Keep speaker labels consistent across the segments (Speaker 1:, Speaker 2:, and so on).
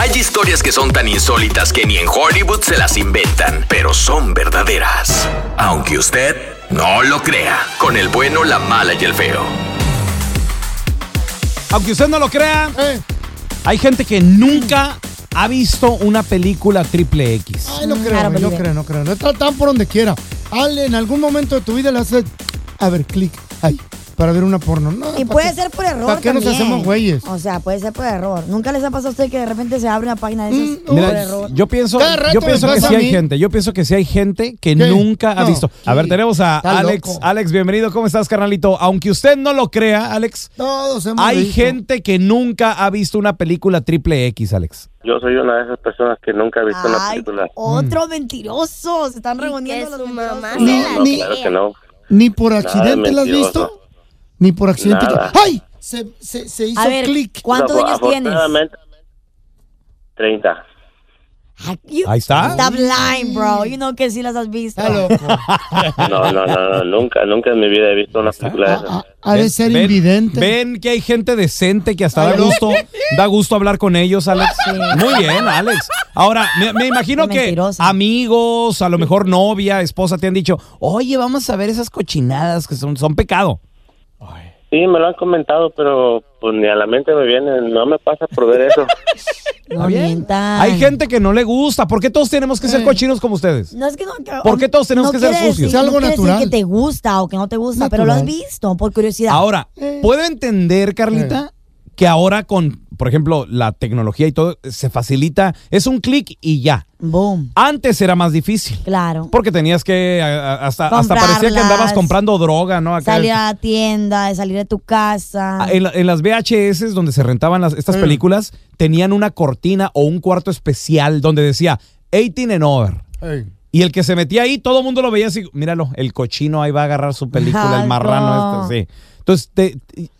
Speaker 1: Hay historias que son tan insólitas que ni en Hollywood se las inventan, pero son verdaderas. Aunque usted no lo crea, con el bueno, la mala y el feo.
Speaker 2: Aunque usted no lo crea,
Speaker 3: Eh,
Speaker 2: hay gente que nunca ha visto una película triple X.
Speaker 3: ay, no
Speaker 4: Mm,
Speaker 3: creo,
Speaker 4: claro,
Speaker 3: güey, no
Speaker 4: Bolivia.
Speaker 3: creo, no creo. No está tan por donde quiera. Al, en algún momento de tu vida le haces, a ver, clic ahí, para ver una porno. No,
Speaker 4: Y
Speaker 3: ¿para
Speaker 4: puede
Speaker 3: qué?
Speaker 4: ser por error.
Speaker 3: ¿Para qué nos
Speaker 4: también.
Speaker 3: hacemos güeyes?
Speaker 4: O sea, puede ser por error. ¿Nunca les ha pasado a usted que de repente se abre una página de esas
Speaker 3: Mm,
Speaker 4: por
Speaker 2: Mira,
Speaker 4: error?
Speaker 2: yo pienso,
Speaker 3: Cada rato
Speaker 2: yo
Speaker 3: me
Speaker 2: pienso que
Speaker 3: pasa
Speaker 2: sí
Speaker 3: a
Speaker 2: hay
Speaker 3: mí.
Speaker 2: gente, yo pienso que sí hay gente que
Speaker 3: ¿Qué?
Speaker 2: nunca ha
Speaker 3: No,
Speaker 2: visto. A
Speaker 3: sí.
Speaker 2: ver, tenemos a
Speaker 3: Está
Speaker 2: Alex.
Speaker 3: loco.
Speaker 2: Alex, bienvenido, ¿cómo estás, carnalito? Aunque usted no lo crea, Alex,
Speaker 3: Todos hemos
Speaker 2: hay
Speaker 3: visto.
Speaker 2: gente que nunca ha visto una película triple X, Alex.
Speaker 5: Yo soy una de esas personas que nunca ha visto una
Speaker 4: Ay,
Speaker 5: película.
Speaker 3: Mm.
Speaker 4: otro mentiroso. Se están
Speaker 6: Y que
Speaker 4: reuniendo los
Speaker 6: su
Speaker 4: mentirosos.
Speaker 6: mamá
Speaker 3: Ni-
Speaker 6: se la
Speaker 3: ni-
Speaker 5: Claro que no.
Speaker 3: Ni por
Speaker 5: Nada,
Speaker 3: accidente la has
Speaker 5: mentiroso.
Speaker 3: visto. Ni por accidente.
Speaker 5: Nada.
Speaker 3: ¡Ay! Se, se, se hizo
Speaker 4: A ver,
Speaker 3: clic.
Speaker 4: ¿cuántos
Speaker 5: O sea,
Speaker 4: años tienes?
Speaker 5: Pues, afortunadamente, 30.
Speaker 4: Ah, you-
Speaker 2: Ahí está.
Speaker 4: Está blind,
Speaker 6: Mm.
Speaker 4: bro. You know que sí las has visto.
Speaker 3: Está loco.
Speaker 5: No, no, no, no, nunca, nunca en mi vida he visto una película
Speaker 4: Ah,
Speaker 5: de esas.
Speaker 3: Ha, ha de
Speaker 2: Ven-
Speaker 3: ser
Speaker 2: ven-
Speaker 3: invidente.
Speaker 2: Ven que hay gente decente que hasta
Speaker 3: Ay,
Speaker 2: da
Speaker 3: no.
Speaker 2: gusto, da gusto hablar con ellos, Alex. Muy bien, Alex. Ahora, me, me imagino
Speaker 4: Qué
Speaker 2: que
Speaker 4: mentiroso.
Speaker 2: amigos, a lo mejor novia, esposa, te han dicho, oye, vamos a ver esas cochinadas que son, son pecado.
Speaker 5: Sí, me lo han comentado, pero pues ni a la mente me viene, no me pasa por ver eso.
Speaker 4: No mientan.
Speaker 2: Hay gente que no le gusta. ¿Por qué todos tenemos que
Speaker 3: Eh.
Speaker 2: ser cochinos como ustedes?
Speaker 4: No es que no,
Speaker 2: ¿Por qué todos tenemos
Speaker 4: no
Speaker 2: que ser
Speaker 4: quiere
Speaker 2: sucios?
Speaker 4: decir-
Speaker 3: Es algo
Speaker 4: no quiere decir
Speaker 3: natural.
Speaker 4: que te gusta o que no te gusta, pero lo has
Speaker 3: Natural.
Speaker 4: visto por curiosidad.
Speaker 2: Ahora,
Speaker 3: Eh.
Speaker 2: puedo entender, Carlita, que ahora con, por ejemplo, la tecnología y todo, se facilita. Es un clic y ya.
Speaker 4: Boom.
Speaker 2: Antes era más difícil.
Speaker 4: Claro.
Speaker 2: Porque tenías que a- a- hasta, hasta
Speaker 4: Comprarlas.
Speaker 2: parecía que andabas comprando droga, ¿no? Acá-
Speaker 4: Salir a la tienda, salir de tu casa.
Speaker 2: Ah, en, la- en las VHS donde se rentaban las, estas películas, tenían una cortina o un cuarto especial donde decía 18 and over.
Speaker 3: Eh, Ey.
Speaker 2: Y el que se metía ahí, todo el mundo lo veía así. Míralo, el cochino ahí va a agarrar su película,
Speaker 4: Ay,
Speaker 2: el marrano
Speaker 4: no.
Speaker 2: este, sí. Entonces te, te-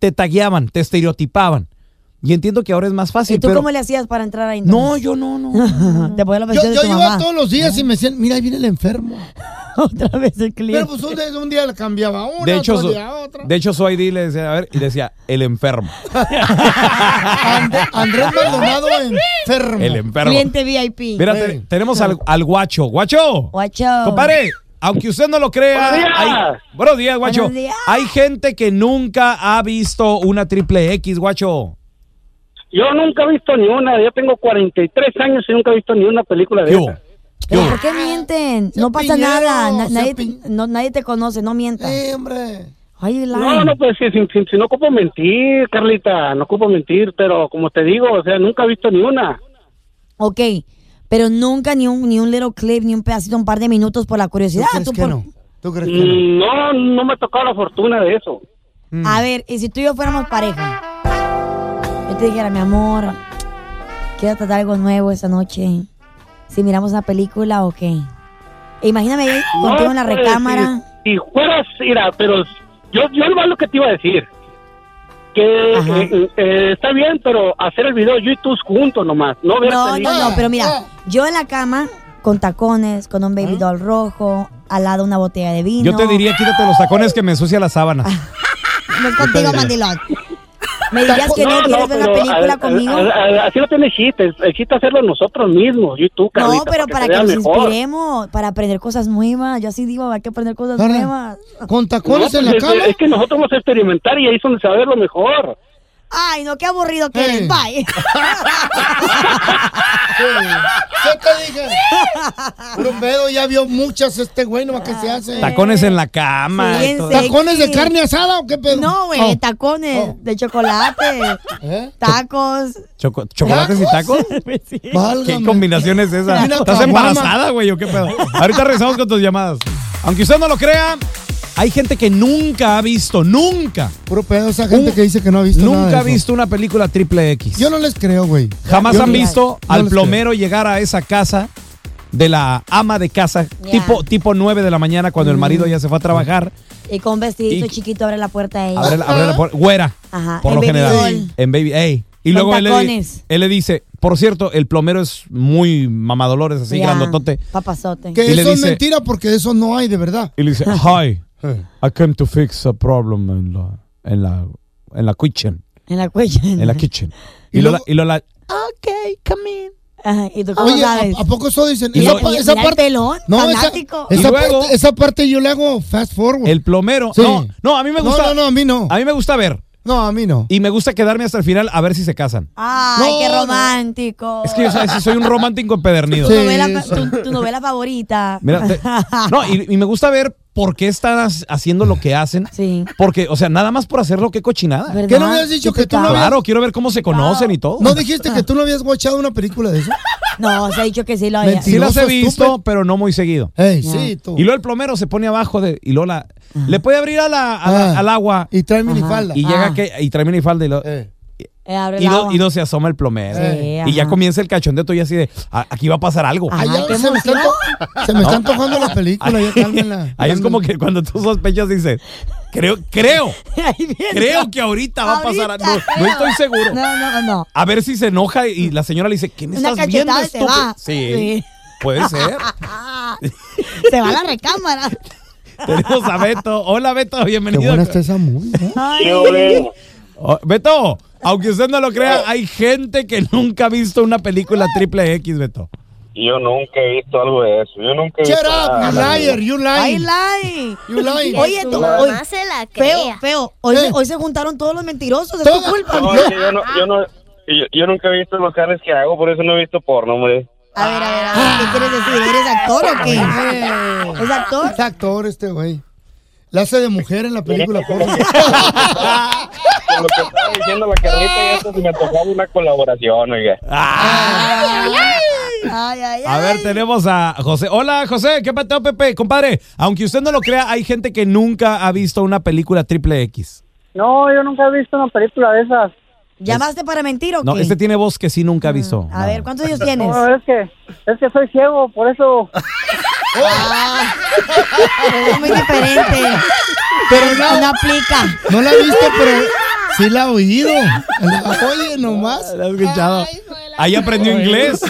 Speaker 2: te tagueaban, te estereotipaban. Y entiendo que ahora es más fácil.
Speaker 4: ¿Y tú
Speaker 2: pero-
Speaker 4: cómo le hacías para entrar ahí?
Speaker 2: No, yo no, no.
Speaker 4: Pues yo. Te ponías la
Speaker 3: Yo,
Speaker 4: versión
Speaker 3: yo
Speaker 4: de tu
Speaker 3: iba
Speaker 4: mamá. ¿Eh?
Speaker 3: todos los días y me decían, mira, ahí viene el enfermo.
Speaker 4: Otra vez el
Speaker 3: Pero
Speaker 4: cliente.
Speaker 3: pues un día, un día le cambiaba una,
Speaker 2: De hecho,
Speaker 3: otro
Speaker 2: su,
Speaker 3: día otra.
Speaker 2: de hecho, su ID le decía, a ver, y decía, el enfermo.
Speaker 3: Ande- Andrés Maldonado enfermo.
Speaker 2: El enfermo.
Speaker 4: cliente VIP.
Speaker 2: Mira,
Speaker 3: Sí.
Speaker 2: te- tenemos al, al guacho. ¡Guacho!
Speaker 4: Guacho.
Speaker 2: Compadre, aunque usted no lo crea.
Speaker 5: Buenos días.
Speaker 2: hay- buenos días, guacho.
Speaker 4: Buenos días.
Speaker 2: Hay gente que nunca ha visto una triple X, guacho.
Speaker 7: Yo nunca he visto ni una, yo tengo 43 años y nunca he visto ni una película de
Speaker 2: ¿Qué hubo?
Speaker 7: esa.
Speaker 2: ¿Qué
Speaker 4: Pero
Speaker 2: hubo?
Speaker 4: ¿Por qué mienten?
Speaker 3: Sea
Speaker 4: no pasa
Speaker 3: piñero,
Speaker 4: nada. na-
Speaker 3: sea
Speaker 4: nadie,
Speaker 3: piñ-
Speaker 4: no, nadie te conoce, no mientas.
Speaker 3: Sí, hombre.
Speaker 4: Ay, Eli.
Speaker 7: No, no, pues si, si, si- si no ocupo mentir, Carlita, no ocupo mentir, pero como te digo, o sea, nunca he visto ni una.
Speaker 4: Ok, pero nunca ni un, ni un little clip, ni un pedacito, un par de minutos por la
Speaker 3: ¿Tú
Speaker 4: curiosidad.
Speaker 3: crees
Speaker 4: Tú
Speaker 3: que
Speaker 4: por-
Speaker 3: no? ¿Tú crees que no?
Speaker 7: Mm, No, no me ha tocado la fortuna de eso.
Speaker 4: A ver, y si tú y yo fuéramos pareja, yo te dijera, mi amor, quiero tratar algo nuevo esta noche. Si miramos una película o qué. E Imagíname ahí contigo
Speaker 7: No,
Speaker 4: en la
Speaker 7: pues,
Speaker 4: recámara.
Speaker 7: Si, si fueras, mira, pero yo, yo nomás lo que te iba a decir, que
Speaker 4: Ajá.
Speaker 7: eh, eh, está bien, pero hacer el video yo y tú juntos nomás, no ver
Speaker 4: No,
Speaker 7: películas.
Speaker 4: no, no, pero mira, yo en la cama, con tacones, con un baby doll rojo, al lado una botella de vino.
Speaker 2: Yo te diría, quítate los tacones que me ensucia la sábana.
Speaker 4: Ah. No es contigo, mandilón. Me dirías que no, quieres ver la
Speaker 7: pero
Speaker 4: película
Speaker 7: a-
Speaker 4: conmigo.
Speaker 7: a- a- así no tiene chiste. El chiste es hacerlo nosotros mismos, yo y tú, Carlita,
Speaker 4: no, pero para
Speaker 7: se
Speaker 4: que
Speaker 7: vea
Speaker 4: nos
Speaker 7: mejor.
Speaker 4: inspiremos, para aprender cosas nuevas. Yo así digo, hay que aprender cosas
Speaker 3: Carla,
Speaker 4: nuevas.
Speaker 3: ¿Con
Speaker 7: No,
Speaker 3: tacones
Speaker 7: pues
Speaker 3: en la
Speaker 7: es,
Speaker 3: cama?
Speaker 7: es que nosotros vamos a experimentar y ahí es donde se va a ver lo mejor.
Speaker 4: Ay, no, qué aburrido que
Speaker 3: Eh.
Speaker 4: eres. Bye.
Speaker 3: ¿Qué te dije? Rumbedo ya vio muchas este güey, nomás que se hace.
Speaker 2: Tacones en la cama.
Speaker 4: Sí, en
Speaker 2: y todo.
Speaker 4: serio.
Speaker 3: ¿Tacones de
Speaker 4: Sí.
Speaker 3: carne asada o qué pedo?
Speaker 4: No, güey,
Speaker 3: Oh.
Speaker 4: tacones
Speaker 3: Oh.
Speaker 4: de chocolate,
Speaker 3: ¿Eh?
Speaker 4: tacos.
Speaker 2: Choco- ¿Chocolates y tacos? ¿Qué
Speaker 3: Válgame.
Speaker 2: combinación es esa?
Speaker 3: Una
Speaker 2: ¿Estás
Speaker 3: caguama.
Speaker 2: embarazada, güey? ¿O qué pedo? Ahorita regresamos con tus llamadas. Aunque usted no lo crea, hay gente que nunca ha visto, nunca,
Speaker 3: Puro pedo esa gente
Speaker 2: Un-
Speaker 3: que dice que no ha visto nada
Speaker 2: Uh, nunca
Speaker 3: de
Speaker 2: ha
Speaker 3: eso.
Speaker 2: visto una película triple X.
Speaker 3: Yo no les creo, güey.
Speaker 2: Jamás
Speaker 3: Yo
Speaker 2: han
Speaker 3: no-
Speaker 2: visto
Speaker 3: no
Speaker 2: al
Speaker 3: les creo.
Speaker 2: plomero llegar a esa casa de la ama de casa,
Speaker 4: Ya.
Speaker 2: tipo, tipo 9 de la mañana, cuando
Speaker 3: Mm.
Speaker 2: el marido ya se fue a trabajar.
Speaker 4: Y con un vestidito
Speaker 2: Y-
Speaker 4: chiquito abre la puerta a ella.
Speaker 2: Abre la, abre la puerta. Güera.
Speaker 4: Ajá,
Speaker 2: Por
Speaker 4: en
Speaker 2: lo
Speaker 4: baby
Speaker 2: general.
Speaker 4: doll.
Speaker 2: En baby. ey. Y
Speaker 4: Con
Speaker 2: luego él le, di-
Speaker 4: tacones.
Speaker 2: él le dice, por cierto, el plomero es muy mamadolores, así
Speaker 4: Ya,
Speaker 2: grandotote.
Speaker 4: Papazote.
Speaker 3: Que
Speaker 2: Y le
Speaker 3: eso es
Speaker 2: dice-
Speaker 3: mentira porque eso no hay de verdad.
Speaker 2: Y le dice, hi,
Speaker 3: Eh.
Speaker 2: I came to fix a problem en la, en la, en la kitchen.
Speaker 4: En la cuella.
Speaker 2: En la kitchen.
Speaker 3: Y
Speaker 2: Y, Lola,
Speaker 3: luego-
Speaker 2: y Lola,
Speaker 3: ok, come in.
Speaker 4: Ajá, ¿Y tú cómo
Speaker 3: Oye, ¿a,
Speaker 4: sabes?
Speaker 3: a poco eso dicen?
Speaker 2: Y
Speaker 3: esa,
Speaker 2: lo-
Speaker 3: pa-
Speaker 4: y-
Speaker 3: esa
Speaker 4: mira el
Speaker 3: parte.
Speaker 4: pelón,
Speaker 3: esa,
Speaker 4: fanático.
Speaker 3: esa
Speaker 2: Y luego-
Speaker 3: parte, esa parte yo le hago fast forward.
Speaker 2: El plomero.
Speaker 3: Sí.
Speaker 2: No, no, a mí me
Speaker 3: No,
Speaker 2: gusta.
Speaker 3: no, no, a mí no.
Speaker 2: A mí me gusta ver.
Speaker 3: No, a mí no.
Speaker 2: Y me gusta quedarme hasta el final a ver si se casan.
Speaker 4: Ay,
Speaker 3: No,
Speaker 4: qué
Speaker 3: no.
Speaker 4: romántico.
Speaker 2: Es que yo soy- soy un romántico empedernido.
Speaker 4: tu,
Speaker 3: Sí,
Speaker 4: novela, fa-
Speaker 3: sí.
Speaker 4: tu- tu novela favorita.
Speaker 2: Mira, te- no, y, y me gusta ver por qué están as- haciendo lo que hacen.
Speaker 4: Sí.
Speaker 2: Porque, o sea, nada más por hacerlo, qué cochinada.
Speaker 4: ¿Verdad?
Speaker 3: ¿Qué no me has dicho
Speaker 4: Qué
Speaker 3: que tú no
Speaker 4: pecado.
Speaker 3: habías-
Speaker 2: Claro, quiero ver cómo se conocen y todo.
Speaker 3: ¿No dijiste que tú no habías watchado una película de eso?
Speaker 4: No, se ha dicho que sí lo había.
Speaker 2: sí
Speaker 3: Mentira.
Speaker 2: las he
Speaker 3: Mentiroso,
Speaker 2: visto,
Speaker 3: estúpido.
Speaker 2: pero no muy seguido.
Speaker 3: Ey,
Speaker 4: No.
Speaker 3: sí, tú.
Speaker 2: Y luego el plomero se pone abajo de, y luego la- le puede abrir a la- a la-
Speaker 3: Ah.
Speaker 2: al agua y,
Speaker 3: Y trae minifalda.
Speaker 4: Ah.
Speaker 2: llega que, y trae minifalda y lo,
Speaker 3: Eh.
Speaker 4: Eh, abre el
Speaker 2: y, lo,
Speaker 4: agua.
Speaker 2: y lo se asoma el plomero.
Speaker 4: Sí,
Speaker 2: y ya
Speaker 4: ajá.
Speaker 2: comienza el cachondeo y así de, "Ah, aquí va a pasar algo.
Speaker 4: Ah,
Speaker 3: Ay, ya,
Speaker 4: qué
Speaker 3: se, me están to- se me están tocando las películas, ya cálmenla.
Speaker 2: Ahí es como que cuando tú sospechas dices, creo, creo,
Speaker 4: Ahí viene.
Speaker 2: creo que ahorita va a pasar algo.
Speaker 4: Ahorita,
Speaker 2: No, no
Speaker 4: creo.
Speaker 2: estoy seguro.
Speaker 4: No, no, no.
Speaker 2: A ver si se enoja y la señora le dice, ¿qué me
Speaker 4: Una
Speaker 2: estás viendo,
Speaker 4: cachetada y se
Speaker 2: estúpido?"
Speaker 4: va.
Speaker 2: Sí, puede ser.
Speaker 4: Se va a la recámara.
Speaker 2: Tenemos a Beto. Hola, Beto,
Speaker 3: Qué
Speaker 2: bienvenido.
Speaker 3: buena está esa movie, ¿eh?
Speaker 4: Ay,
Speaker 5: ¿Qué ole?
Speaker 2: Oh, Beto, aunque usted no lo crea, hay gente que nunca ha visto una película triple X, Beto.
Speaker 5: Yo nunca he visto algo de eso. Yo nunca he
Speaker 3: Shut
Speaker 5: visto
Speaker 3: up,
Speaker 5: nada.
Speaker 3: you liar, you
Speaker 4: ay,
Speaker 3: lying.
Speaker 4: Lai.
Speaker 3: You lying.
Speaker 4: Oye, tú, hoy,
Speaker 6: Mamá se la
Speaker 4: feo,
Speaker 6: crea.
Speaker 4: feo. Hoy, se-
Speaker 3: Eh.
Speaker 4: hoy se juntaron todos los mentirosos. Es tu
Speaker 3: Todos.
Speaker 4: culpa.
Speaker 5: No, es que yo, no, yo, no, yo, yo nunca he visto los carnes que hago, por eso no he visto porno, hombre.
Speaker 4: A ver, a ver, a ver. ¿Qué quieres decir? ¿Eres actor o qué? ¿Es actor?
Speaker 3: Es actor este güey. La hace de mujer en la película porno.
Speaker 5: Por lo que estaba diciendo la Carlita, ya hasta se me antojaba una colaboración, oiga.
Speaker 4: Ay, ay, ay.
Speaker 2: A ver, tenemos a José. Hola, José, ¿qué pateo, Pepe? Compadre, aunque usted no lo crea, hay gente que nunca ha visto una película triple X.
Speaker 7: No, yo nunca he visto una película de esas.
Speaker 4: ¿Llamaste para mentir o qué?
Speaker 2: No, este tiene voz que sí nunca ha visto.
Speaker 4: Mm, A ver, ¿cuántos años tienes?
Speaker 7: No, es que, es que soy ciego, por eso.
Speaker 4: Es muy diferente.
Speaker 3: Pero
Speaker 4: No,
Speaker 3: no,
Speaker 4: no aplica.
Speaker 3: no la he visto, pero sí la he oído. Oye, nomás.
Speaker 2: ¿Lo has escuchado? Ahí aprendió inglés.